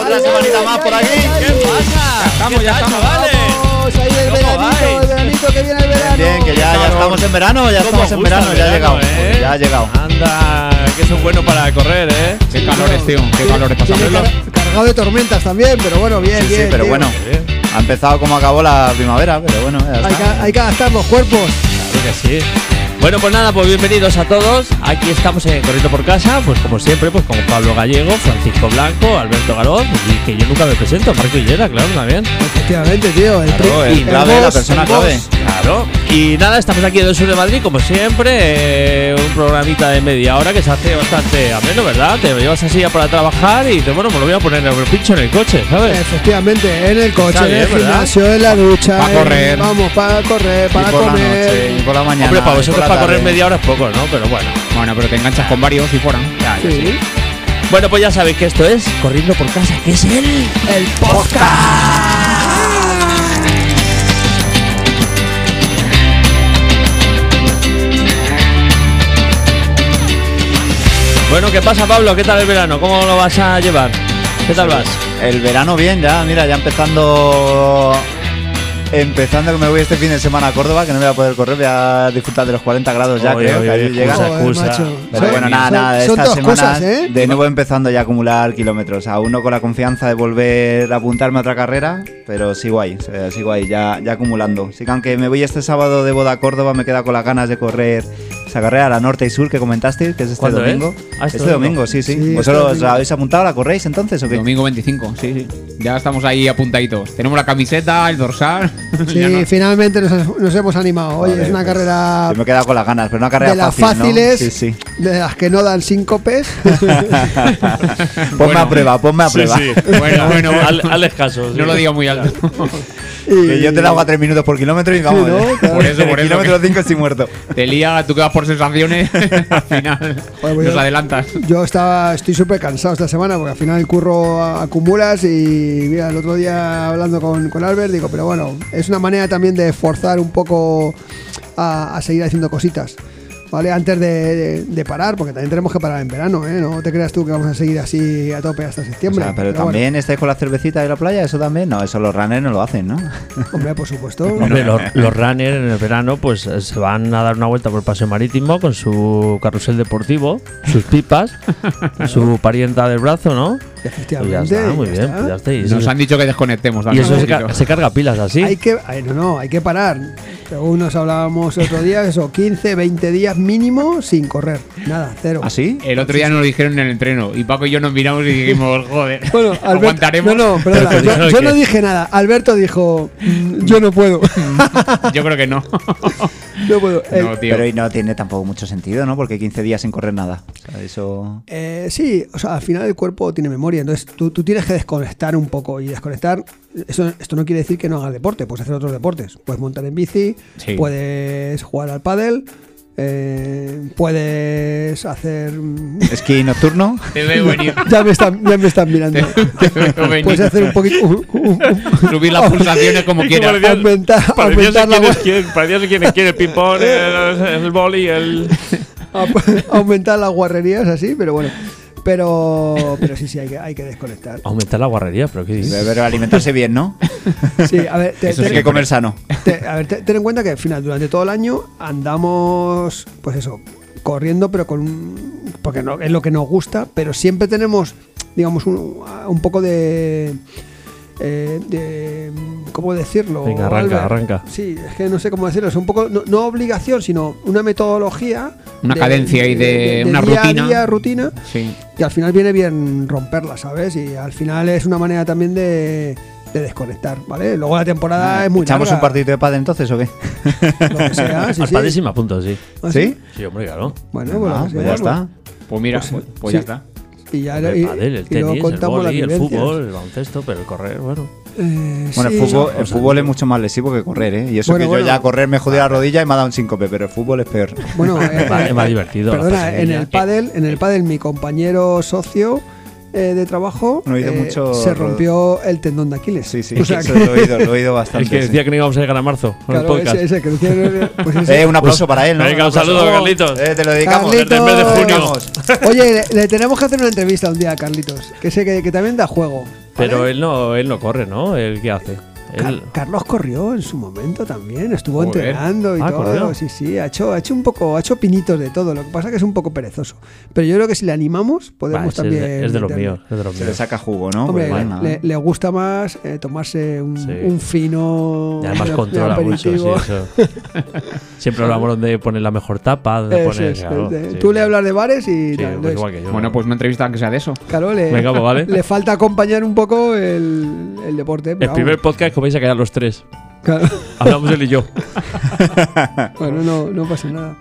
Cervecita más por aquí. ¿Qué pasa? Estamos, ya estamos. Vamos, ahí el ¿Cómo veranito, vais? el veranito que viene el verano. Bien, que ya, ya estamos en verano, ya ¿Cómo estamos en gusta el verano, ya ha verano, llegado. eh? Ya ha llegado. Anda, que eso es bueno para correr, ¿eh? Qué calores, tío. Qué calores pasamos. Viene car- Cargado de tormentas también, pero bueno, bien, Sí, sí, bien, pero tío. bueno. Bien. Ha empezado como acabó la primavera, pero bueno, ya Hay que, está. hay que adaptar los cuerpos. Claro que sí. Bueno, pues nada, pues bienvenidos a todos. Aquí estamos en Corriendo por Casa, pues como siempre, pues con Pablo Gallego, Francisco Blanco, Alberto Galón, y que yo nunca me presento, Marco Hillera, claro, también. Efectivamente, tío. El Claro, pri- Oh, el clave, la boss, persona el boss. clave. Claro. Y nada, estamos aquí en el sur de Madrid, como siempre, eh, un programita de media hora que se hace bastante ameno, ¿verdad? Te llevas así ya para trabajar y te, bueno, me lo voy a poner en el pincho en el coche, ¿sabes? Efectivamente, en el coche, Está en el bien, ¿verdad? gimnasio, en la ducha. Pa' en- correr. vamos, para correr, Y para por la comer. noche, y por la mañana. Hombre, para y vosotros por la para correr tarde. media Ah. hora es poco, ¿no? Pero bueno. Bueno, pero te enganchas con varios y fuera. Ya, ya, Sí. Bueno, pues ya sabéis que esto es Corriendo por Casa, que es el... El podcast. Bueno, ¿qué pasa, Pablo? ¿Qué tal el verano? ¿Cómo lo vas a llevar? ¿Qué tal vas? El verano bien, ya, mira, ya empezando. Empezando que me voy este fin de semana a Córdoba, que no voy a poder correr, voy a disfrutar de los 40 grados ya, Oye, creo oye, que allí oye, llega. excusa, Joder, excusa. macho. Pero bueno, nada, son- nada, son estas dos semanas cosas, ¿eh? de nuevo empezando ya a acumular kilómetros. Aún no con la confianza de volver a apuntarme a otra carrera, pero sigo ahí, eh, sigo ahí, ya, ya acumulando. Así que aunque me voy este sábado de boda a Córdoba, me queda con las ganas de correr esa carrera, la norte y sur que comentaste, que es este ¿Cuándo es? domingo. Ah, este este domingo, domingo. sí, sí. Sí, este ¿Vosotros domingo. la habéis apuntado, la corréis entonces o qué? Domingo 25, sí, sí. Ya estamos ahí apuntaditos. Tenemos la camiseta, el dorsal. Sí, Ya no- finalmente nos, nos hemos animado. Oye, Vale, es una pues, carrera Yo me he quedado con las ganas, pero una carrera de las fácil, ¿no? fáciles, Sí, sí. de las que no dan síncopes. ponme a Bueno. eh, prueba, ponme a prueba. Bueno, bueno, bueno. Al- Hazles caso. sí. pues No lo digo muy alto. y, Que yo te la hago a 3 minutos por kilómetro y vamos. Sí, ¿no? ¿eh? Claro. Por eso, En el por eso Kilómetro 5 estoy muerto. Te lía, tú que vas por sensaciones. Al final Joder, voy nos a- adelantas. Yo estaba, estoy súper cansado esta semana porque al final el curro a- acumulas y mira, el otro día hablando con, con Albert digo, pero bueno, es una manera también de forzar un poco a, a seguir haciendo cositas, ¿vale? Antes de, de- de parar, porque también tenemos que parar en verano, ¿eh? No te creas tú que vamos a seguir así a tope hasta O septiembre. sea, pero bueno. también estáis con la cervecita de la playa, eso también. No, eso los runners no lo hacen, ¿no? Hombre, por supuesto. Hombre, los, los runners en el verano pues eh, se van a dar una vuelta por el paseo marítimo con su carrusel deportivo, sus pipas, su parienta del brazo, ¿no? Pues Efectivamente. ya está, muy ya bien, está. pues ya está. Y eso, Nos han dicho que desconectemos. y dale, eso un se, ca- poquito. se carga pilas así. Hay que, ay, no, no, hay que parar. Según nos hablábamos el otro día, eso, 15, 20 días mínimo sin correr. Nada, cero. ¿Ah, ¿Así? El otro día nos lo dijeron en el entreno. Y Paco y yo nos miramos y dijimos, joder. Bueno, Alberto- aguantaremos. No, no, perdona, Pero yo, dijeron yo que- no dije nada. Alberto dijo, "Mm, yo no puedo. Yo creo que no. no puedo. Eh, El- no, tío. Pero y no tiene tampoco mucho sentido, ¿no? Porque 15 días sin correr nada. O sea, eso. eh, sí, o sea, al final el cuerpo tiene memoria, entonces tú, tú tienes que desconectar un poco y desconectar, eso- esto no quiere decir que no hagas deporte, puedes hacer otros deportes, puedes montar en bici, Sí. puedes jugar al pádel, eh, puedes hacer... mm, Esquí nocturno. Te veo venir. Ya me están, ya me están mirando. Te veo venir. Puedes hacer un poquito. un- un- un- Subir las pulsaciones como Y quieras. como decía- aumentar aumentar la vuelta. el ping-pong, el, boli, el. aumentar las guarrerías así, pero bueno. Pero, pero sí, sí, hay que, hay que desconectar. Oh. Aumentar la guarrería, pero ¿qué dices? Pero pues alimentarse bien, ¿no? Sí, a ver, te- Eso te- Hay que comer sano. te- a ver, te- ten en cuenta que al final, durante todo el año, andamos, pues eso, corriendo, pero con un- Porque no, es lo que nos gusta, pero siempre tenemos, digamos, un, un poco de. eh, de- ¿Cómo decirlo? Venga, arranca, arranca. Sí, es que no sé cómo decirlo. Es un poco, no, no obligación, sino una metodología. Una cadencia y de- una día a rutina. día, rutina. Sí. Y al final viene bien romperla, ¿sabes? Y al final es una manera también de, de desconectar, ¿vale? Luego la temporada Ah, es muy ¿Echamos larga, un partidito de pad entonces o qué? lo que sea, sí, Al sí. padre sí me apunto, sí. ¿Ah, ¿Sí? Sí, hombre, claro. Bueno, pues, lo Ah, que pues ya sea, está. Pues mira, Pues pues, sí. pues ya Sí. está. Y ya El, y- y pádel, el luego tenis, el contamos las boli, el vivencias. fútbol, el baloncesto, pero el correr, bueno. Eh, Bueno, sí. el fútbol, el fútbol es mucho más lesivo que correr, ¿eh? Y eso Bueno, que bueno. Ah. yo ya correr me jodí la rodilla y me ha dado un síncope, pero el fútbol es peor. Bueno, eh, Vale, eh, más divertido, pues, la Perdona, pasadilla. en el pádel, en el pádel mi compañero socio eh, de trabajo No he oído eh, mucho se ro- rompió el tendón de Aquiles. Sí, sí, O sea eso que- lo he oído, lo he oído bastante. Es que sí. decía que no íbamos a llegar a marzo con el claro, podcast. ese, ese que decía- pues ese. Eh, un aplauso para él, ¿no? Venga, un aplauso. saludo, Carlitos. Eh, te lo dedicamos. Carlitos. Desde el mes de junio. Vamos. Oye, le, le tenemos que hacer una entrevista un día a Carlitos, que sé que, que también da juego. Pero él no, él no corre, ¿no? ¿El qué hace? Car- Él- Carlos corrió en su momento también, estuvo Joder. entrenando y Ah, todo. corrió. Sí, sí, ha hecho, ha hecho un poco, ha hecho pinitos de todo. Lo que pasa que es un poco perezoso. Pero yo creo que si le animamos, Bah, podemos es, también. de, es de los meterle. míos, es de los Se le míos. saca jugo, ¿no? Hombre, Pues le- nada. le, le gusta más eh, tomarse un, Sí. un fino. Y además de- de controla mucho, sí, aperitivo. eso. Siempre hablamos de poner la mejor tapa, de Eso poner... es, claro, de- sí. Tú le hablas de bares y. Sí, tal, pues entonces, igual que yo. Bueno, pues una entrevista que sea de eso. Claro, le, Venga, pues vale. le falta acompañar un poco el, el deporte. El pero primer vamos, podcast que vais a quedar los tres. claro. Hablamos él y yo. Bueno, no, no pasa nada.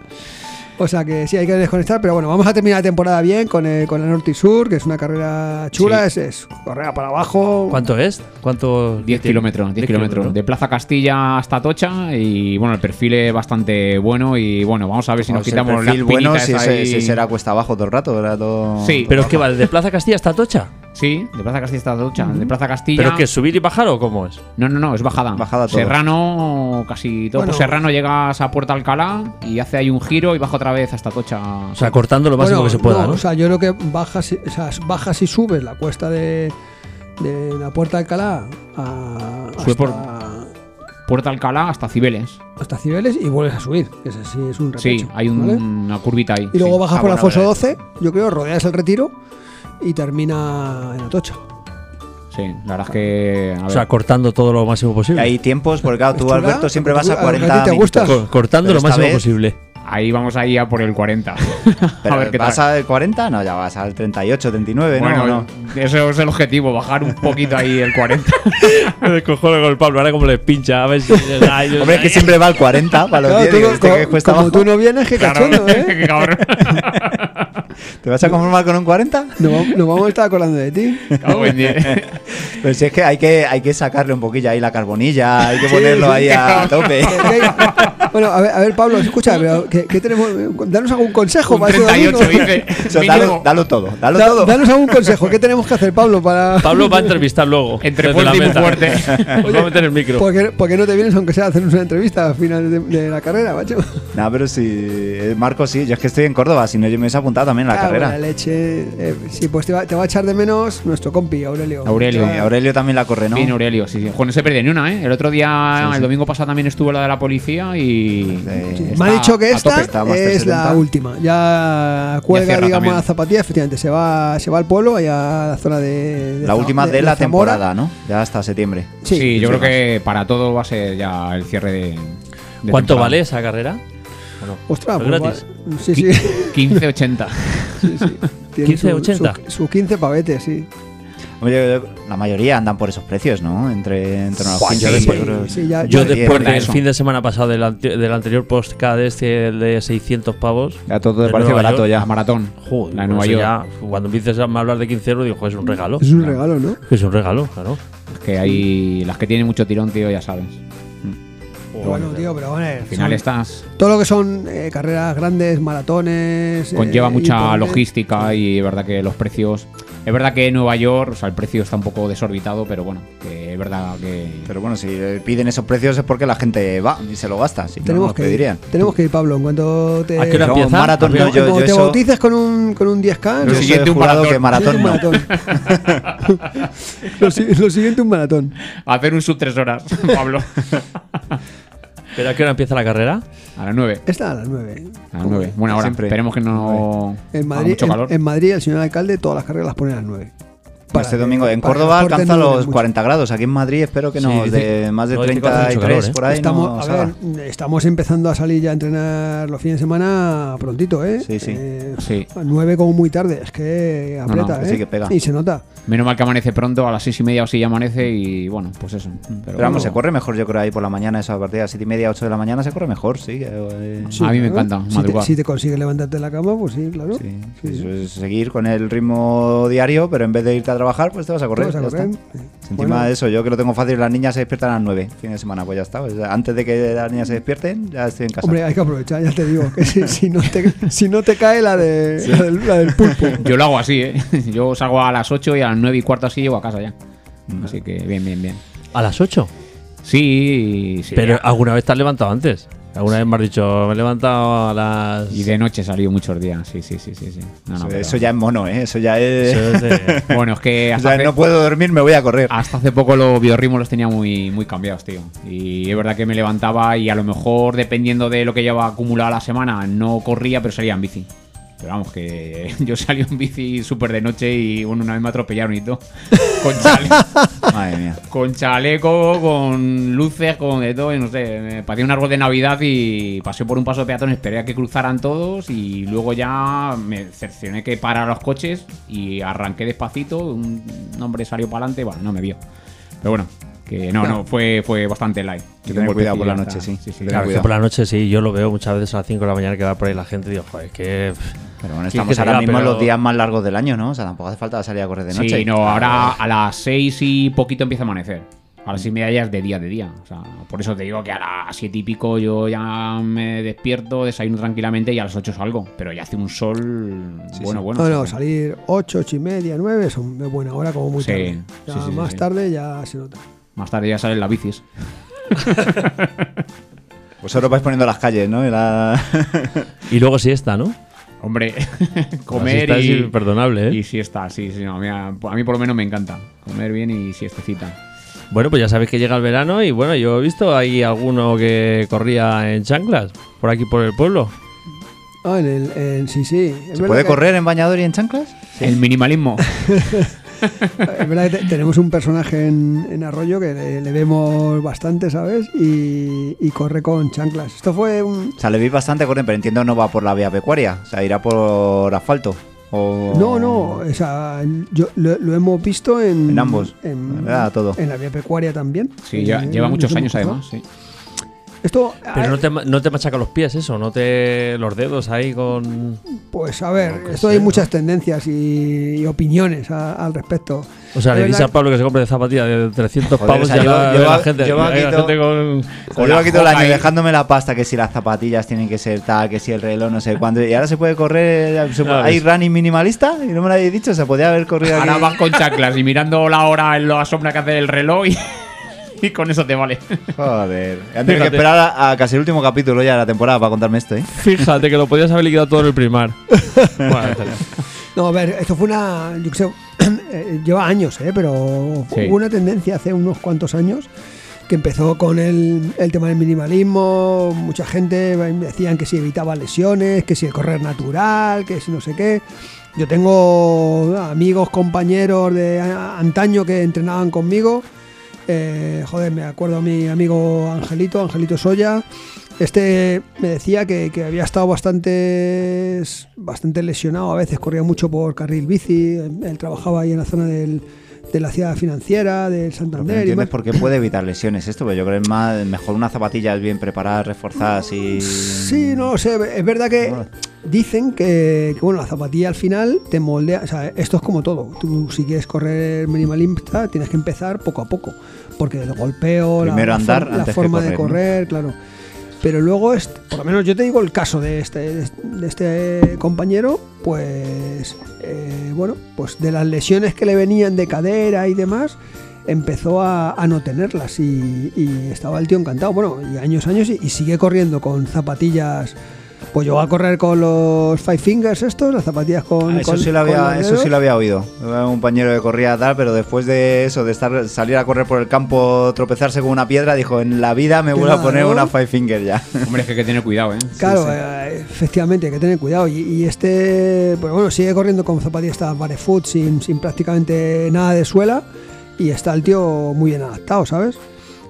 O sea que sí, hay que desconectar, pero bueno, vamos a terminar la temporada bien con, el- con la Norte y Sur, que es una carrera chula, es, es carrera para abajo. ¿Cuánto es? ¿Cuánto? 10 kilómetros, 10 kilómetros. De Plaza Castilla hasta Tocha. Y bueno, el perfil es bastante bueno. Y bueno, vamos a ver si nos Pues el quitamos la perfil bueno si, espinita esa se- ahí. si será cuesta abajo todo el rato. Era todo... Sí, ¿Pero es que va desde Plaza Castilla hasta Tocha? Sí, de Plaza Castilla hasta Tocha. De Plaza Castilla. ¿Pero es que subir y bajar o cómo es? No, no, no, es bajada. Bajada todo. Serrano, casi todo. Bueno. Por Serrano llegas a Puerto Alcalá y hace ahí un giro y baja otra vez hasta Tocha. O sea, cortando lo máximo Bueno, que se pueda, ¿no? O sea, yo creo que bajas, y- o sea, bajas y subes la cuesta de, de la Puerta de Alcalá a, Sube hasta, por- Puerto Alcalá hasta Cibeles. hasta Cibeles y vuelves a subir. que Es así, es un repecho, Sí, hay un- ¿vale? una curvita ahí. Y luego sí. bajas Ah, por la bueno, fosa vale. 12, yo creo, rodeas el retiro y termina en Atocha. Sí, la verdad es que. a O sea, ver. cortando todo lo máximo Y posible. hay tiempos, porque claro, tú, ¿Es chula? Alberto, siempre ¿A vas ti- a a ti 40 te minutos. gusta? Co- cortando Pero lo esta máximo vez- posible. Ahí vamos ahí a por el 40. Pero a ver qué tal. ¿Vas al 40? No, ya vas al 38, 39, ¿no? Bueno, no. eso es el objetivo, bajar un poquito ahí el 40. Me descojono con el Pablo, ahora como les pincha. A ver si. Ay, yo- Hombre, es que siempre va al 40 para los Claro, 10, tú no- este que co- cuesta como abajo. tú no vienes, qué Claro, cachondo, ¿eh? qué cabrón. ¿Te vas a conformar con un 40? Nos, va- nos vamos a estar acordando de ti. Cago en diez. Pero si Pues es que hay que, hay que sacarle un poquillo ahí la carbonilla, hay que ponerlo ahí a tope. Que- que- bueno, a ver, a ver, Pablo, escucha, pero ¿qué, qué tenemos? Danos algún consejo Un para eso. 38, dice. O sea, dalo, Mínimo. dalo todo, dalo todo. danos algún consejo. ¿Qué tenemos que hacer, Pablo, para...? Pablo va a entrevistar luego. Entre desde fuerte la y muy meta. fuerte. Nos va a meter el micro. ¿Por qué, por qué no te vienes aunque sea a hacer una entrevista al final de, de la carrera, macho? No, pero si. eh, Marco, sí, yo es que estoy en Córdoba, si no, yo me hubiese apuntado también a la Ah, carrera. buena leche. Eh, sí, pues te va, te va a echar de menos nuestro compi, Aurelio. Aurelio. Eh, Aurelio también la corre, ¿no? Bien, Aurelio, sí, sí. Joder, no se perdió ni una, ¿eh? El otro día, el domingo pasado también estuvo la de la policía y. Eh, Sí, está Me ha dicho que a esta tope, está Master es 70. la última. Ya Ya cuelga, cierra digamos, también. la zapatilla, efectivamente. Se va, se va al pueblo, allá a la zona de. la de Za- última de, la Zamora. temporada, ¿no? Ya hasta septiembre. Sí, Sí. yo sí, creo que para todo va a ser ya el cierre de. de ¿Cuánto temporada. vale esa carrera? Ostras, ¿Es pues gratis? va- Sí, sí. 15.80. sí, sí. Tiene 15, su- 80. su- Sus 15 pavetes, sí. Hombre, yo- yo- la mayoría andan por esos precios, ¿no? Entre, entre unos Buah, yo 15 después- euros. sí, ya- Yo Sí, es después verdad del eso. fin de semana pasado del, ante- del anterior podcast de este de 600 pavos. Ya todo te de parece Nueva barato York, ya. La maratón. Joder, la de con Nueva eso York. ya, cuando empiezas a hablar de 15 euros, digo, joder, es un regalo. Es un regalo, ¿no? Es un regalo, claro. Que hay. Las que tienen mucho tirón, tío, ya sabes. Pero bueno, tío, pero bueno. Al final son- estás. Todo lo que son eh, carreras grandes, maratones. eh, Conlleva mucha importantes. logística y es verdad que los precios. Es verdad que en Nueva York, o sea, el precio está un poco desorbitado, pero bueno, que es verdad que. Pero bueno, si eh, piden esos precios es porque la gente va y se lo gasta. Si no, no, Tenemos, lo que pedirían. Ir, tenemos que ir, Pablo. En cuanto te. ¿A qué hora Yo, empieza? maratón, Como- no, yo, como yo te eso- bautizas con un, con un 10K. yo Lo eso he siguiente, un jurado que Sí, maratón un no. maratón. lo, si- lo siguiente, un maratón. Hacer un sub tres horas, Pablo. ¿Pero a qué hora empieza la carrera? A las 9. Esta a las 9. A las 9. Bueno, ahora Siempre. esperemos que no. En haga Madrid, mucho en- calor. en Madrid, el señor alcalde todas las carreras las pone a las 9. este domingo en para que Córdoba los cortes alcanza no duren los mucho. 40 grados. Aquí en Madrid espero que Sí, nos dice- dé más de no, dice que hace mucho 33 calor, ¿eh? por ahí. estamos, no a salga. ver, estamos empezando a salir ya a entrenar los fines de semana prontito, ¿eh? Sí, sí. Eh, Sí. A 9 como muy tarde, es que aprieta, que ¿eh? sí que pega. Y se nota. Menos mal que amanece pronto, a las seis y media o si ya amanece y bueno, pues eso. Pero vamos, se corre mejor yo creo ahí por la mañana, eso a partir de las 7 y media, 8 de la mañana se corre mejor, sí. que, eh, A mí me encanta Si te, madrugar. si te consigues levantarte de la cama, pues sí, claro. sí, Sí, sí. eso es seguir con el ritmo diario, pero en vez de irte a trabajar, pues te vas a correr. Te vas a ya correr. está. Sí. Si Encima Bueno. de eso, yo que lo tengo fácil, las niñas se despiertan a las 9, fin de semana, pues ya está. pues antes de que las niñas se despierten, ya estoy en casa. Hombre, hay que aprovechar, ya te digo, que si, si no, te, si no te cae la, de, la, del, la del pulpo. Yo lo hago así, ¿eh? Yo salgo a las 8 y a las 9 y cuarto así llego a casa ya. Así que bien, bien, bien. ¿A las 8? Sí, sí. Pero alguna vez te has levantado antes. Alguna vez me has dicho, me he levantado a las. Y de noche he salido muchos días, sí, sí, sí, sí. sí. No, no, eso, pero- eso ya es mono, ¿eh? Eso ya es... Eso es de- Bueno, es que o hasta, sea, hace, no puedo dormir, me voy a correr. hasta hace poco los biorritmos los tenía muy, muy cambiados, tío. Y es verdad que me levantaba y a lo mejor, dependiendo de lo que llevaba acumulado la semana, no corría, pero salía en bici. Pero vamos, que yo salí en bici súper de noche y bueno, una vez me atropellaron y todo. Con chale- Ah. Madre mía. Con chaleco, con luces, con de todo, y no sé, me pasé un árbol de Navidad y pasé por un paso de peatones, esperé a que cruzaran todos y luego ya me cercioné que pararan los coches y arranqué despacito, un un hombre salió para adelante, bueno, no me vio. Pero bueno, que no, no, fue, fue bastante light. que tener cuidado por la noche, sí. Tener cuidado. claro, sí. Cuidado. Por la noche sí, yo lo veo muchas veces a las 5 de la mañana que va por ahí la gente y digo, joder, es que... Pero bueno, Sí, estamos que ahora será, mismo en pero- los días más largos del año, ¿no? O sea, tampoco hace falta salir a correr de Sí, noche. ¿eh? no, ahora a las seis y poquito empieza a amanecer. A las seis y media ya es de día de día. O sea, por eso te digo que a las siete y pico yo ya me despierto, desayuno tranquilamente y a las ocho salgo. Pero ya hace un sol Sí, bueno, sí. bueno. No, sí, no, sí. salir 8, 8 y media, 9 son de buena hora como muy Sí, tarde. Ya sí, sí, sí, más sí. tarde ya se nota. Más tarde ya salen las bicis. Vosotros vais poniendo las calles, ¿no? Y la- Y luego siesta, ¿no? Hombre, La comer siesta es y, imperdonable, ¿eh? y siesta, sí, sí. no, a, mí, a mí por lo menos me encanta. Comer bien y siestecita. Bueno, pues ya sabéis que llega el verano y bueno, yo he visto ahí alguno que corría en chanclas por aquí por el pueblo. Ah, en el, en- sí, sí. es ¿Se verdad puede que- correr en bañador y en chanclas? El minimalismo. Es verdad que te- tenemos un personaje en, en Arroyo que le, le vemos bastante, ¿sabes? Y, y corre con chanclas. Esto fue un... O sea, le vi bastante correr, pero entiendo no va por la vía pecuaria. O sea, irá por asfalto. O... No, no, o sea, yo lo, lo hemos visto en... En ambos. Ah, todo. En la vía pecuaria también. Sí, ya- Eh, lleva nos muchos hemos años cruzado. además, sí. Esto... ah, Pero no te, ma- no te machaca los pies eso, no te los dedos ahí con... Pues a ver, Yo qué esto sé, hay ¿no? muchas tendencias y, y opiniones a- al respecto. O sea, Es le dice verdad a Pablo que se compre zapatillas de 300 Joder, pavos o sea, y yo- ahora yo ve va- la gente, yo va ve la quito- gente con... Yo llevo aquí todo el joca año ahí. dejándome la pasta, que si las zapatillas tienen que ser tal, que si el reloj, no sé cuándo. Y ahora se puede correr. se- Claro, Hay es- running minimalista, y no me lo habéis dicho, se podía haber corrido Ahora aquí. vas con chaclas y mirando la hora en la sombra que hace el reloj y, y con eso te vale. Joder. Voy a tener que Fíjate. esperar a, a casi el último capítulo ya de la temporada para contarme esto, ¿eh? Fíjate que lo podías haber liquidado todo en el primar. Bueno, No, a ver, esto fue una. Yo qué sé, eh, lleva años, ¿eh? Pero Sí. hubo una tendencia hace unos cuantos años que empezó con el, el tema del minimalismo. Mucha gente decían que si evitaba lesiones, que si el correr natural, que si no sé qué. Yo tengo amigos, compañeros de a- antaño que entrenaban conmigo. Eh, joder, me acuerdo a mi amigo Angelito, Angelito Soya. Este me decía que, que había estado bastante, bastante lesionado, a veces corría mucho por carril bici, él trabajaba ahí en la zona del- de la ciudad financiera, Pero del no Santander. y entiendes más. por qué puede evitar lesiones esto, pero yo creo que es más, mejor unas zapatillas bien preparadas, reforzadas y. Sí, no lo sé. Es verdad que Vale. dicen que, que, bueno, la zapatilla al final te moldea. O sea, esto es como todo. Tú, si quieres correr minimalista, tienes que empezar poco a poco. Porque el golpeo, la- Primero la, andar for- la antes que forma de correr, correr, claro. Pero luego, est- por lo menos yo te digo el caso de este, de este compañero, pues, eh, bueno, pues de las lesiones que le venían de cadera y demás, empezó a, a no tenerlas y, y estaba el tío encantado. Bueno, y años, años, y, y sigue corriendo con zapatillas. Pues yo voy a correr con los Five Fingers estos, las zapatillas con. Ah, eso, con- sí lo con los había, eso dedos. sí lo había oído. Era Un compañero que corría tal, pero después de eso, de estar salir a correr por el campo, tropezarse con una piedra, dijo: En la vida me vuelvo a poner Claro. una Five Finger ya. Hombre, es que hay que tener cuidado, ¿eh? Claro, sí. eh, efectivamente, hay que tener cuidado. Y, y este, pues bueno, sigue corriendo con zapatillas estas barefoot sin, sin prácticamente nada de suela. Y está el tío muy bien adaptado, ¿sabes?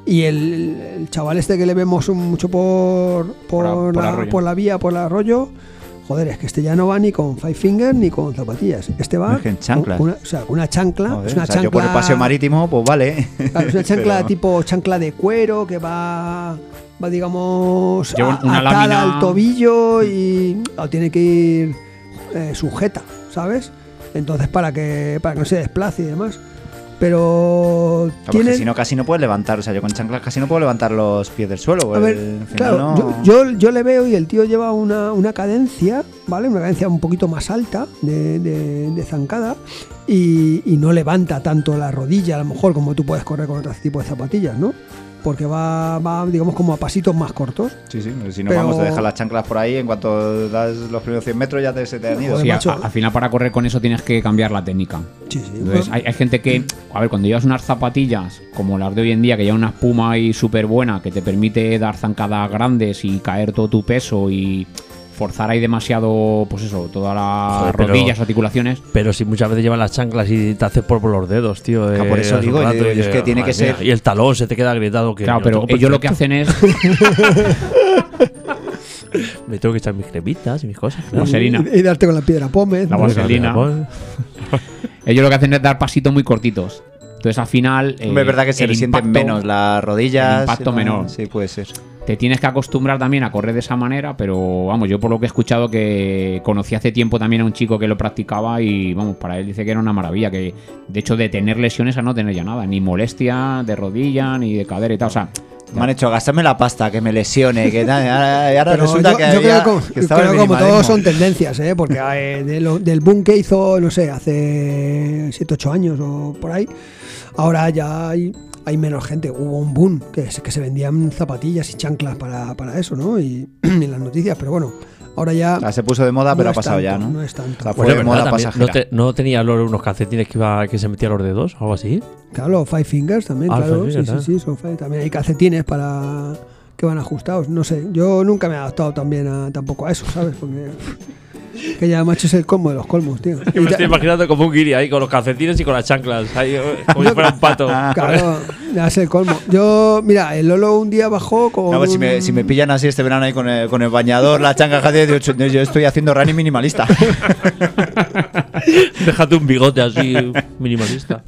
Y el, el chaval este que le vemos un- mucho por, por, Por a- por la, arroyo. por la vía, por el arroyo. Joder, es que este ya no va ni con Five Finger ni con zapatillas. Este va. Es que en chanclas. con Una, o sea, con una chancla. Joder, Ah, es una o sea, chancla. Yo por el paseo marítimo, pues vale. Claro, es una chancla Pero- tipo chancla de cuero que va, va digamos, Lleva a- una atada lámina. al tobillo y o tiene que ir eh, sujeta, ¿sabes? Entonces para que para que no se desplace y demás. Pero Claro, porque tiene si no, casi no puedes levantar. O sea, yo con chanclas casi no puedo levantar los pies del suelo. a pues, ver, al final claro, no- yo, yo, yo le veo y el tío lleva una, una cadencia, ¿vale? Una cadencia un poquito más alta de, de- de zancada y, y no levanta tanto la rodilla, a lo mejor, como tú puedes correr con otro tipo de zapatillas, ¿no? porque va, va, digamos, como a pasitos más cortos. Sí, sí, si no Pero- vamos, te dejas las chanclas por ahí, en cuanto das los primeros 100 metros ya te, se te han ido. Joder, Sí, Sí, a- macho. a- al final para correr con eso tienes que cambiar la técnica. Sí, sí. Entonces, hay, hay gente que, a ver, cuando llevas unas zapatillas como las de hoy en día, que llevan una espuma ahí súper buena, que te permite dar zancadas grandes y caer todo tu peso y forzar ahí demasiado, pues eso, todas las Joder, pero- rodillas, articulaciones. Pero si muchas veces llevan las chanclas y te haces polvo los dedos, tío. Ah, eh, por eso hace digo, un yo digo, y es que dices, tiene "Madre que mía", ser- Y el talón se te queda agrietado. Que claro, yo pero tengo ellos lo que perfecto. hacen es Me tengo que echar mis cremitas y mis cosas. claro. vaselina. Y, y darte con la piedra pómez. La ¿no? vas- vaselina. Pues, Ellos lo que hacen es dar pasitos muy cortitos. Entonces al final. eh, Hombre, es verdad que se el le sienten impacto- menos las rodillas. el impacto la- menor. Sí, puede ser. Te tienes que acostumbrar también a correr de esa manera, pero vamos, yo por lo que he escuchado que conocí hace tiempo también a un chico que lo practicaba y vamos, para él dice que era una maravilla, que de hecho de tener lesiones a no tener ya nada, ni molestia de rodilla, ni de cadera y tal, o sea, Me han hecho gastarme la pasta, que me lesione, que tal, y ahora, y ahora Pero resulta yo, que, yo había- creo como- que estaba en creo el como todos minimalismo. son tendencias, ¿eh? porque eh, de lo- del boom que hizo, no sé, hace 7, 8 años o por ahí, ahora ya hay, hay menos gente. Hubo un boom que, se- que se vendían zapatillas y chanclas para, para eso, ¿no? Y en las noticias, pero bueno, ahora ya... Ah, se puso de moda, No pero ha es pasado tanto, ya, ¿no? no es tanto. O sea, fue pues es de verdad, moda también, pasajera. no, te- no tenía Lore unos calcetines que, iba, que se metía los dedos, algo así. Claro, los Five Fingers también, Ah, los claro. Five Sí, Fingers, sí, sí, son five. También hay calcetines para que van ajustados. No sé, yo nunca me he adaptado también a, tampoco a eso, ¿sabes? Porque que ya macho es el colmo de los colmos, tío. Yo me estoy imaginando como un guiri ahí con los calcetines y con las chanclas. ahí, eh, como si fuera un pato. Claro, ya es el colmo. Yo, mira, el Lolo un día bajó con. No, pues si, me, un- si me pillan así este verano ahí con el, con el bañador, la changa, jadea, digo, "Chu, yo estoy haciendo running minimalista. Déjate un bigote así minimalista.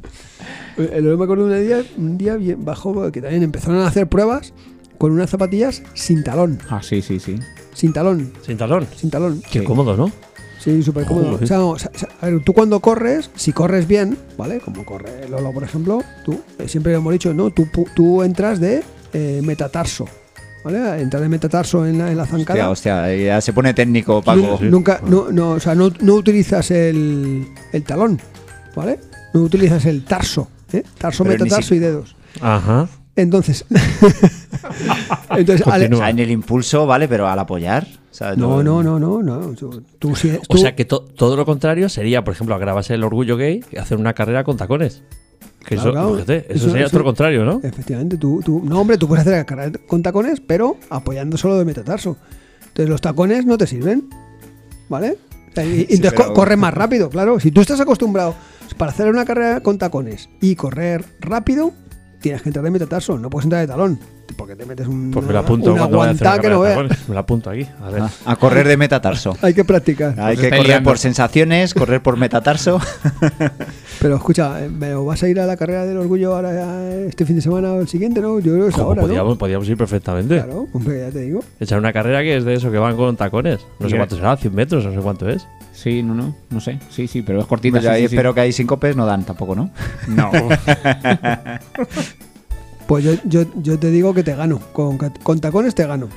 El Lolo me acuerdo un día, un día bien bajó que también empezaron a hacer pruebas con unas zapatillas sin talón. ah, sí, sí, sí. Sin talón, Sin talón. sin talón. Qué Sí. cómodo, ¿no? Sí, súper cómodo. Joder. O sea, no, o sea, o sea, a ver, tú cuando corres, si corres bien, ¿vale? Como corre Lolo, por ejemplo, tú, eh, siempre lo hemos dicho, ¿no? Tú, pu- tú entras de eh, metatarso, ¿vale? Entras de metatarso en la, en la Hostia, zancada. hostia, ya se pone técnico, Paco. Ah. Nu- Nunca, no, no, o sea, no, no utilizas el, el talón, ¿vale? No utilizas el tarso, ¿eh? Tarso, Pero ni metatarso si- y dedos. Ajá. Entonces, entonces Ale- O sea, en el impulso, ¿vale? Pero al apoyar. o sea, no, no, no, no, no. Tú, tú si- O tú- sea que to- todo lo contrario sería, por ejemplo, agravarse el orgullo gay y hacer una carrera con tacones. Que eso, Claro, claro. fíjate, eso Eso- eh, sería eso- todo lo contrario, ¿no? Efectivamente, tú, tú, no, hombre, tú puedes hacer la carrera con tacones, pero apoyando solo de metatarso. Entonces los tacones no te sirven, ¿vale? O sea, y- y entonces co- pero- corres más rápido, claro. Si tú estás acostumbrado para hacer una carrera con tacones y correr rápido, tienes que entrar de metatarso, no puedes entrar de talón, porque te metes un Pues me lo apunto cuando vaya a hacer una que carrera no de veas. tacones. Me lo apunto aquí. A ver. Ah, A correr de metatarso. Hay que practicar. Hay Os que correr estáis Pues liando. por sensaciones, correr por metatarso. Pero escucha, eh, pero vas a ir a la carrera del orgullo ahora eh, este fin de semana o el siguiente, ¿no? Yo creo que es Como pues ahora, ¿no? podíamos, podíamos ir perfectamente. Claro, hombre, ya te digo. Echar una carrera que es de eso, que van con tacones. No sé Mira. cuánto será, 100 metros, no sé cuánto es. Sí, no, no, no sé. Sí, sí, pero es cortita. Pues sí, ahí sí, sí. espero que ahí síncopes no dan tampoco, ¿no? No. Pues yo, yo, yo te digo que te gano. Con, ca- con tacones te gano.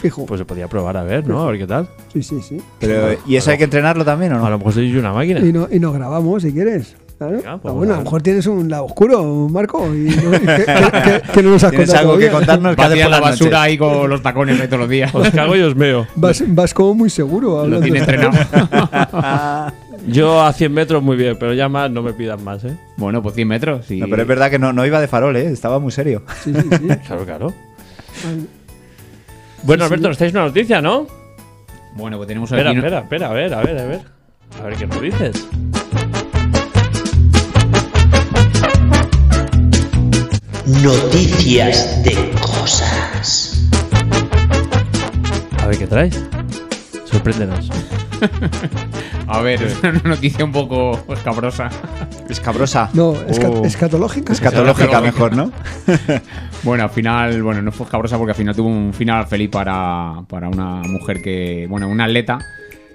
Fijo. Pues se podía probar a ver, ¿no? A ver qué tal. sí, sí, sí. Pero, ¿Y eso hay que entrenarlo también o A no? lo mejor soy yo una máquina. Y, no, y nos grabamos si quieres. Claro. Venga, pues Ah, bueno, a lo vamos. mejor tienes un lado oscuro, Marco, y no- que, que- que- que no nos has ¿Tienes contado. algo que todavía. contarnos? ¿Qué haces Vacía por la las basura noches? ahí con los tacones de todos los días. Os cago y os meo. Vas, vas como muy seguro. Lo hablando. tiene entrenado. Yo a 100 metros muy bien, pero ya más no me pidan más, ¿eh? bueno, pues 100 metros. Y... No, pero es verdad que no, no iba de farol, ¿eh? Estaba muy serio. Sí, sí, sí. Claro, claro. Vale. Bueno, Alberto, nos traes una noticia, ¿no? Bueno, pues tenemos Espera, aquí. espera, espera, a ver, a ver, a ver. A ver qué nos dices. Noticias de cosas. A ver qué traes. Sorpréndenos. A ver, es una noticia un poco escabrosa. Escabrosa. No, esca- Oh. escatológica. Escatológica mejor, ¿no? Bueno, al final, bueno, no fue escabrosa porque al final tuvo un final feliz para, para una mujer que, bueno, una atleta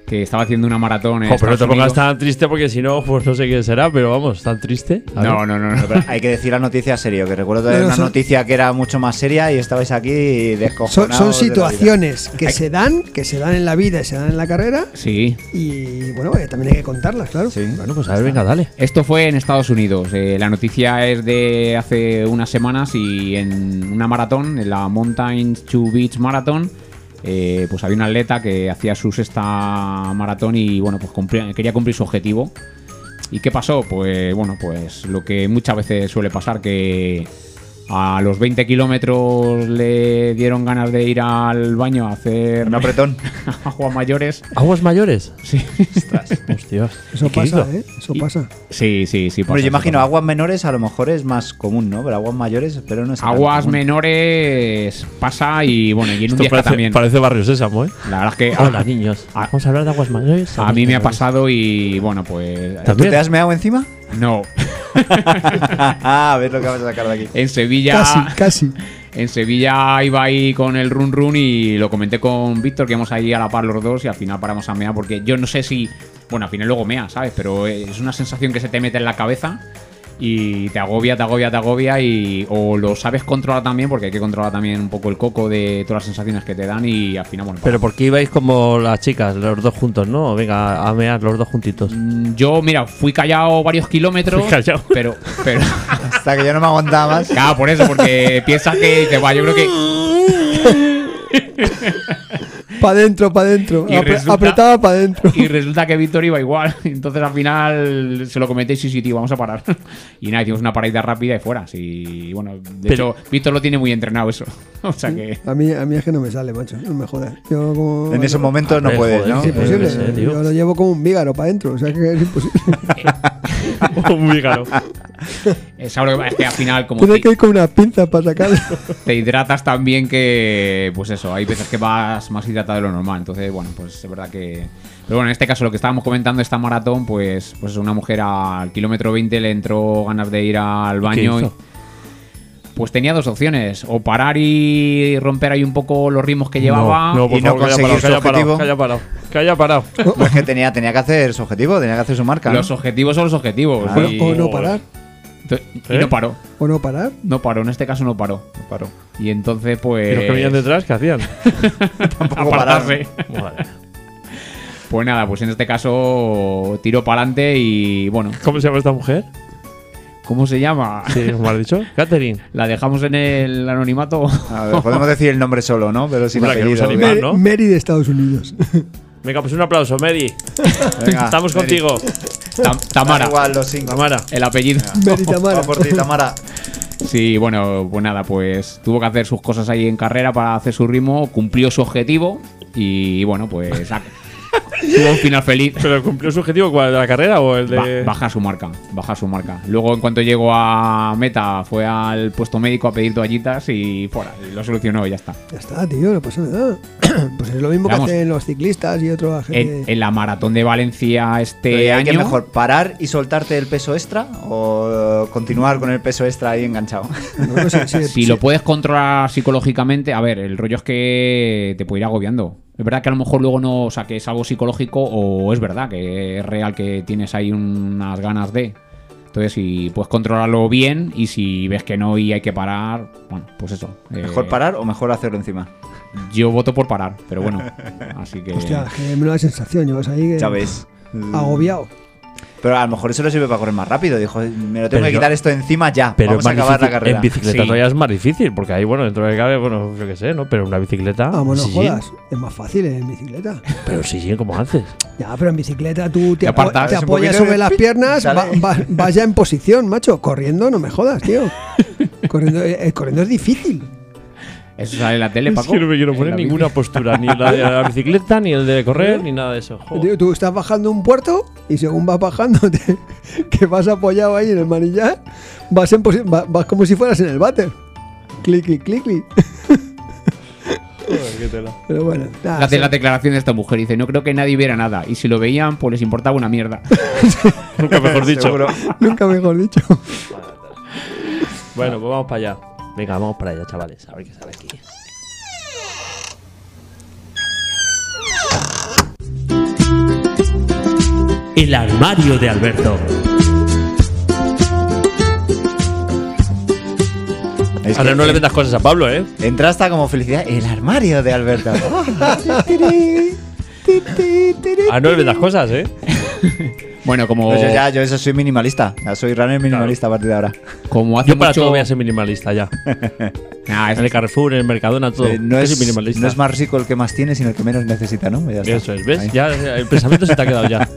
que estaba haciendo una maratón en Jo, pero no Estados te pongas Unidos. tan triste porque si no, pues no sé qué será, pero vamos, tan triste. A ver. No, no, no, no. Pero hay que decir la noticia serio, que recuerdo No, tener no, una son- noticia que era mucho más seria y estabais aquí Son, descojonados. son de la vida. situaciones que se dan, que se dan en la vida y se dan en la carrera. Sí. Y bueno, eh, también hay que contarlas, claro. Sí. Bueno, pues a ver, venga, dale. Esto fue en Estados Unidos. Eh, la noticia es de hace unas semanas y en una maratón, en la Mountain to Beach Marathon, eh, pues había un atleta que hacía su sexta maratón y bueno, pues cumplía- quería cumplir su objetivo. ¿Y qué pasó? Pues bueno, pues lo que muchas veces suele pasar, que a los 20 kilómetros le dieron ganas de ir al baño a hacer Un apretón. aguas mayores. ¿Aguas mayores? Sí, Hostias. Eso ¿Y qué hizo? pasa, ¿eh? Eso Y- pasa. sí, sí. sí Hombre, pasa, yo imagino pasa. aguas menores a lo mejor es más común, ¿no? Pero aguas mayores, pero no es tan Aguas común. menores pasa y bueno, y en un Esto día parece, también. parece Barrio Sésamo, ¿eh? La verdad es que Hola, a, niños. Ah. Vamos a hablar de aguas mayores. a mí me ha pasado y bueno, pues ¿Tú También. te has meado encima? no. Ah, a ver lo que vas a sacar de aquí. En Sevilla Casi, casi. en Sevilla iba ahí con el run run y lo comenté con Víctor que íbamos ahí a la par los dos y al final paramos a mear porque yo no sé si bueno, al final luego mea, ¿sabes? Pero es una sensación que se te mete en la cabeza y te agobia, te agobia, te agobia y o lo sabes controlar también porque hay que controlar también un poco el coco de todas las sensaciones que te dan y al final bueno, Pero porque ibais como las chicas, los dos juntos, ¿no? Venga, a mear los dos juntitos. Mm, Yo, mira, fui callado varios kilómetros. Fui callado. Pero, pero. Hasta que yo no me aguantaba más. claro, por eso, porque piensas que te va, yo creo que. Pa' dentro, pa' dentro. Y Apre- resulta- Apretaba pa' dentro. Y resulta que Víctor iba igual. Entonces al final se lo comenté y sí, sí, tío, vamos a parar. Y nada, hicimos una paradita rápida y fuera. Y bueno, de Pero- hecho, Víctor lo tiene muy entrenado eso. O sea que. A mí, a mí es que no me sale, macho. No me jodas. Yo como... En esos momentos no Hombre, puedes, joder, ¿no? sí, Es imposible. Yo qué sé, tío. Yo lo llevo como un vígaro para adentro. O sea que es imposible. Un bígaro. eh, ¿sabes lo que pasa? Es que al final, como. Tienes te- que ir con una pinza para sacarlo. te hidratas tan bien que, pues eso, hay veces que vas más hidratado de lo normal. Entonces, bueno, pues es verdad que... Pero bueno, en este caso lo que estábamos comentando, esta maratón, pues, pues una mujer al kilómetro 20 le entró ganas de ir al baño. y- hizo? pues tenía dos opciones, o parar y romper ahí un poco los ritmos que llevaba. No, por Y no favor, conseguir su calla parado, objetivo. calla parado, calla parado. Calla parado. Pues que tenía, tenía que hacer su objetivo, tenía que hacer su marca. ¿no? Los objetivos son los objetivos. Claro. Y, O no parar. y ¿Eh? no paró, O no parar. no paró, en este caso no paró. No paró. Y entonces, Eh, ¿Y los que venían pues... detrás qué hacían? Tampoco pararon. Apartarse. Madre. Pues nada, pues en este caso tiró para adelante y bueno, ¿Cómo se llama esta mujer? ¿Cómo se llama? Sí, como has dicho. Catherine. ¿La dejamos en el anonimato? A ver, podemos decir el nombre solo, ¿no? Pero sin Hombre, que apellido. no se ¿no? anima. Mary, ¿no? Mary de Estados Unidos. Venga, pues un aplauso, Mary. Venga, Estamos Ah, Mary. contigo. Tam- Da Tamara. Igual, Ah. los cinco. Tamara. El apellido. Mary Tamara. Va por ti, Tamara. Sí, bueno, pues nada, pues tuvo que hacer sus cosas ahí en carrera para hacer su ritmo, cumplió su objetivo y bueno, pues ha- tuvo un final feliz. ¿Pero cumplió su objetivo cuál? ¿De la carrera o el de.? Ba- baja su marca, baja su marca. Luego, en cuanto llegó a meta, fue al puesto médico a pedir toallitas y fuera, y lo solucionó y ya está. Ya está, tío. No pasa nada. pues es lo mismo Vamos. que hacen los ciclistas y otros En, agentes. en la maratón de Valencia Pero este ¿y hay que año. mejor parar y soltarte el peso extra o continuar con el peso extra ahí enganchado. No, no sé, sí, Si sí. lo puedes controlar psicológicamente, a ver, el rollo es que te puede ir agobiando. Es verdad que a lo mejor luego no, o sea, que es algo psicológico o es verdad que es real que tienes ahí unas ganas de. Entonces, si puedes controlarlo bien y si ves que no y hay que parar, bueno, pues eso. eh, ¿Mejor parar o mejor hacerlo encima? Yo voto por parar, pero bueno. Así que. Hostia, que me da la sensación. Llevas ahí que- Ya ves. Ah. agobiado. Pero a lo mejor eso le sirve para correr más rápido. Dijo, me lo tengo Pero que yo- quitar esto encima ya. Pero Vamos es a más acabar la difícil- carrera. En bicicleta Sí. todavía es más difícil, porque ahí, bueno, dentro de que cabe, bueno, yo qué sé, ¿no? Pero una bicicleta. Ah, bueno, sí, jodas. Es más fácil en bicicleta. Pero sí, sí, como haces. Ya, pero en bicicleta tú te, Te apo- apartas te un apoyas poquito y sobre las ¡pip! piernas, sale. va- va- vas ya en posición, macho. Corriendo, no me jodas, tío. Corriendo, eh, eh, corriendo es difícil. Eso sale en la tele, Es Paco. que no me quiero En poner la bici. ninguna postura, ni la de la bicicleta, ni el de correr, ni nada de eso. Joder. Tío, tú estás bajando un puerto y según vas bajando, te- que vas apoyado ahí en el manillar, vas, en posi- va- vas como si fueras en el váter. Clic, clic, clic, clic. Pero bueno, nada, Hace sí. la declaración de esta mujer. Dice: No creo que nadie viera nada. Y si lo veían, pues les importaba una mierda. Nunca mejor dicho. Seguro. Nunca mejor dicho. Bueno, pues vamos para allá. Venga, vamos para allá, chavales. A ver qué sale aquí. El armario de Alberto. Es Ahora que no le metas cosas a Pablo, ¿eh? Entra hasta como felicidad el armario de Alberto. Ahora no le metas cosas, ¿eh? Bueno, como, No, yo Pues ya, yo eso soy minimalista. Ya soy runner minimalista a partir de ahora. como hace Yo para mucho. Ah, todo voy a ser minimalista ya. Nah, es- En el Carrefour, en el Mercadona, todo. Eh, no, Yo soy es, minimalista. no es más rico el que más tiene, sino el que menos necesita, ¿no? Ya está. Eso es, ¿ves? Ahí. Ya eh, el pensamiento se te ha quedado ya.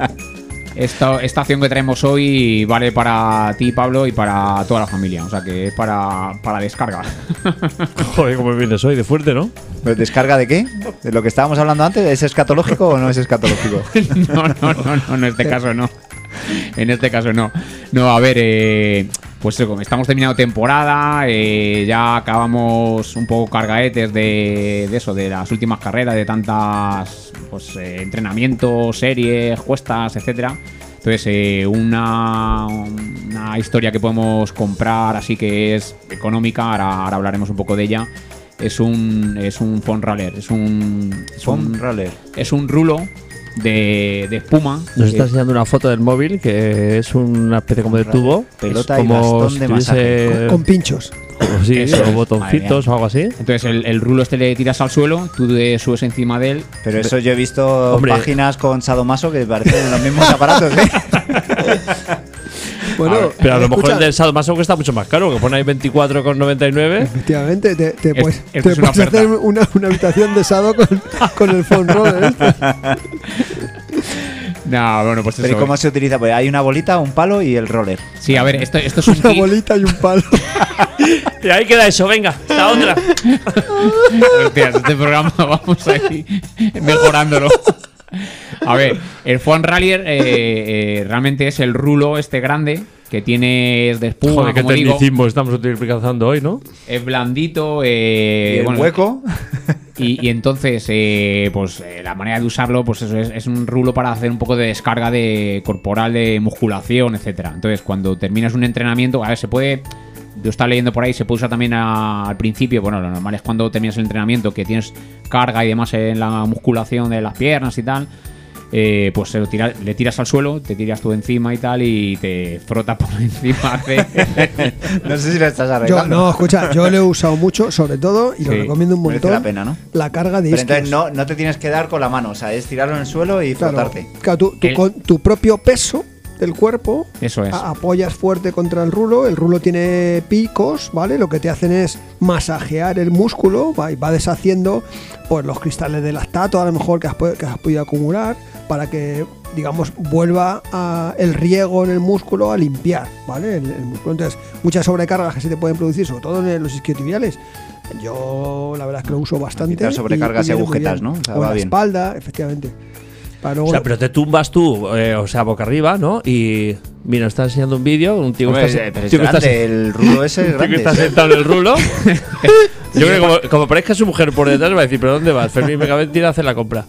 esta, esta acción que traemos hoy vale para ti, Pablo, y para toda la familia. O sea que es para, para descarga. Joder, cómo vienes hoy, de fuerte, ¿no? ¿Pero descarga de qué? ¿De lo que estábamos hablando antes? ¿Es escatológico o no es escatológico? no, no, no, no, en este caso no. En este caso no. No, a ver, eh, pues eso, como estamos terminando temporada, eh, ya acabamos un poco cargaetes de, de eso, de las últimas carreras, de tantas pues, eh, entrenamientos, series, cuestas, etcétera. Entonces, eh, una, una historia que podemos comprar, así que es económica, ahora, ahora hablaremos un poco de ella. Es un, es un phone roller, es un, es Foam un roller. es un rulo de, de espuma. Eh, Nos que- está enseñando una foto del móvil que es una especie como de tubo. Pelota Es y como bastón si de tuviese- Con, con pinchos. como- sí, Eso o es. botoncitos o algo así. entonces el, el rulo este le tiras al suelo, tú te subes encima de él. Pero eso yo he visto Hombre. páginas con Sadomaso que parecen los mismos aparatos, ¿eh? Bueno, Pero a lo mejor escucha, el del Sadomaso cuesta mucho más caro, que pone ahí 24,99. Efectivamente, te, te Es- puedes, esto te es una puedes oferta. hacer una, una habitación de sado con, con el phone roller. este. No, bueno, pues Pero ¿y eso. cómo se utiliza? Pues hay una bolita, un palo y el roller. Sí, a ver, esto, esto es un Una kit. bolita y un palo. Y ahí queda eso, venga, la otra. Hostias, este programa vamos ahí mejorándolo. A ver, el Fun Rallier eh, eh, realmente es el rulo este grande que tiene es de espuma, Joder, qué como digo, tecnicismo estamos utilizando hoy, ¿no? es blandito, Y eh, el bueno, hueco. Y, y entonces, eh, pues eh, la manera de usarlo, pues eso es, es un rulo para hacer un poco de descarga de corporal, de musculación, etcétera. Entonces, cuando terminas un entrenamiento, a ver, se puede. Yo estaba leyendo por ahí, se puede usar también a- al principio. Bueno, lo normal es cuando terminas el entrenamiento, que tienes carga y demás en la musculación de las piernas y tal. eh, pues se lo tira- le tiras al suelo, te tiras tú encima y tal, y te frota por encima. de- eh. No sé si lo estás Yo, arreglando. no, escucha, yo lo he usado mucho, sobre todo, y lo Sí, recomiendo un merece montón. la pena, ¿no? la carga de Pero isquios. entonces no, no te tienes que dar con la mano, o sea, es tirarlo en el suelo y Claro, frotarte. claro, tú, tú El- con tu propio peso del cuerpo Eso es. a- apoyas fuerte contra el rulo, el rulo tiene picos, ¿vale? Lo que te hacen es masajear el músculo, va, y va deshaciendo pues, los cristales de lactato a lo mejor que has, pu- que has podido acumular para que, digamos, vuelva a- el riego en el músculo a limpiar, ¿vale? El, el músculo. Entonces, muchas sobrecargas que se te pueden producir, sobre todo en el- los isquiotibiales. Yo la verdad es que lo uso bastante. Quitar sobrecargas y viene muy agujetas, bien. ¿no? O sea, O en va la bien. espalda, efectivamente. Para luego- O sea, pero te tumbas tú, eh, o sea, boca arriba, ¿no? Y mira, está enseñando un vídeo, un tío que Hombre, está, eh, pero es tío que está grande, el rulo ese es Tío que grande. está sentado en el rulo. Yo creo que como, como parezca su mujer por detrás, va a decir, ¿pero dónde vas? Fermín Megavent tira a hacer la compra.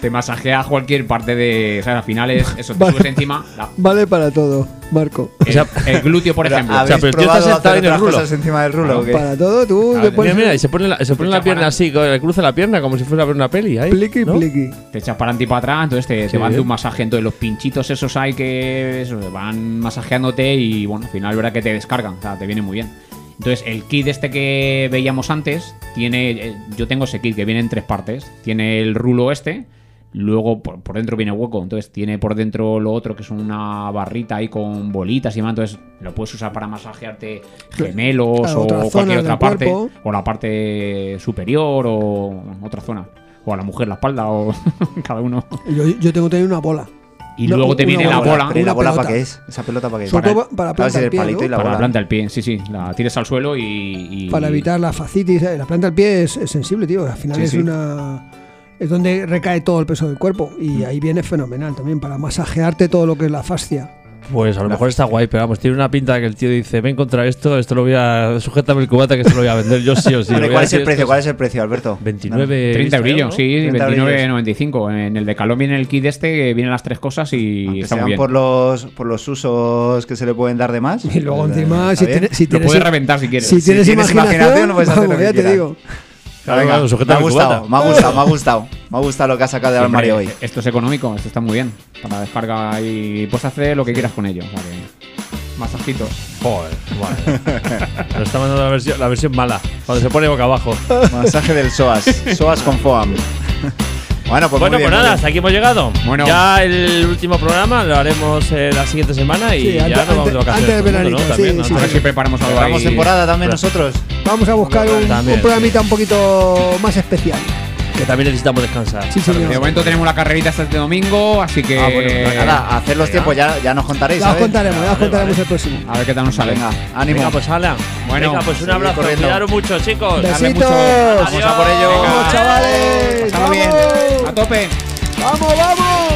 te masajeas cualquier parte de. O sea, al final es eso, te Vale. subes encima. la- Vale para todo, Marco. el, Eh, el glúteo, por Pero, ejemplo. ¿habéis O sea, pero tú probado estás sentado hacer en el otras rulo. cosas encima del rulo o qué? Para todo, tú te Mira, pones mira, y se pone la, se pone la pierna así, co- le cruza la pierna como si fuera a ver una peli. Ahí, pliqui, ¿no? pliqui. Te echas para adelante y para atrás, entonces te, te Sí. van de un masaje. Entonces los pinchitos esos hay que eso, van masajeándote y bueno, al final verdad que te descargan, o sea, te viene muy bien. Entonces el kit este que veíamos antes, tiene eh, yo tengo ese kit que viene en tres partes. Tiene el rulo este, luego por, por dentro viene hueco, entonces tiene por dentro lo otro que es una barrita ahí con bolitas y más, entonces lo puedes usar para masajearte gemelos Claro, o otra zona cualquier del otra parte, cuerpo. o la parte superior o otra zona. O a la mujer la espalda, o cada uno. Yo, yo tengo también una bola. Y No, luego te una viene la bola, Pero ¿y la Una bola para pelota. qué es? ¿Esa pelota para qué es? Sobre todo pa- para Claro, plantar si el el pie, palito ¿no? y la para bola. la planta del pie, sí, sí. La tiras al suelo y. y- Para evitar la facitis. ¿sabes? La planta del pie es, es sensible, tío. Al final Sí, es sí. una. Es donde recae todo el peso del cuerpo. Y ahí viene fenomenal también, para masajearte todo lo que es la fascia. Pues a lo mejor está guay, pero vamos, tiene una pinta de que el tío dice, ven contra esto, esto lo voy a... Sujétame el cubata que esto lo voy a vender yo sí o sí. Vale, lo voy ¿Cuál a es el decir, precio? esto ¿Cuál es el precio, Alberto? 29... 30 brillos, euros, Eh, ¿no? sí, 30 29,95. En el de Calón viene el kit este, eh, vienen las tres cosas y Aunque está sean muy bien. por los por los usos que se le pueden dar de más. Y luego pues, encima, está si bien. tienes, si Lo tienes, puedes reventar si quieres. si tienes tienes imaginación, imaginación, puedes hacer vamos, lo que ya te quieras. digo. Ah, venga, Claro, me sujeta ha el gustado, cubata. me ha gustado, me ha gustado. Me ha gustado lo que has sacado del armario hoy. Esto es económico, esto está muy bien. Para descarga y puedes hacer lo que quieras con ello. O sea que. Masajitos. Joder, vale. Nos está mandando la versión, la versión mala, cuando se pone boca abajo. Pues Masaje del SOAS. SOAS con FOAM. Bueno, pues muy bueno, bien, pues muy nada, bien. hasta aquí hemos llegado. Bueno. Ya el último programa lo haremos eh, la siguiente semana y Sí, ya antes- nos vamos de antes- vacaciones. antes del todo el veranito, mundo, ¿no? sí, También, ¿no? sí, A ver sí. si preparamos algo Cerramos ahí. temporada también Pero- nosotros. Vamos a buscar un, También, un programita un poquito más especial. Que también necesitamos descansar. Sí, señor. De momento tenemos la carrerita hasta este domingo, así que. Ah, bueno, pues nada, a hacer los tiempos ya, ya nos contaréis. Ya os ¿sabes? contaremos, ya os Vale, contaremos vale. el próximo. A ver qué tal nos sale. Venga, ánimo. Venga, pues hala. Bueno, Venga, pues un seguid abrazo. corriendo. Cuidaros mucho, chicos. Darle Besitos. mucho- Vamos a por ello. Venga. Vamos, chavales. Pasadlo bien. Vamos. A tope. Vamos, vamos.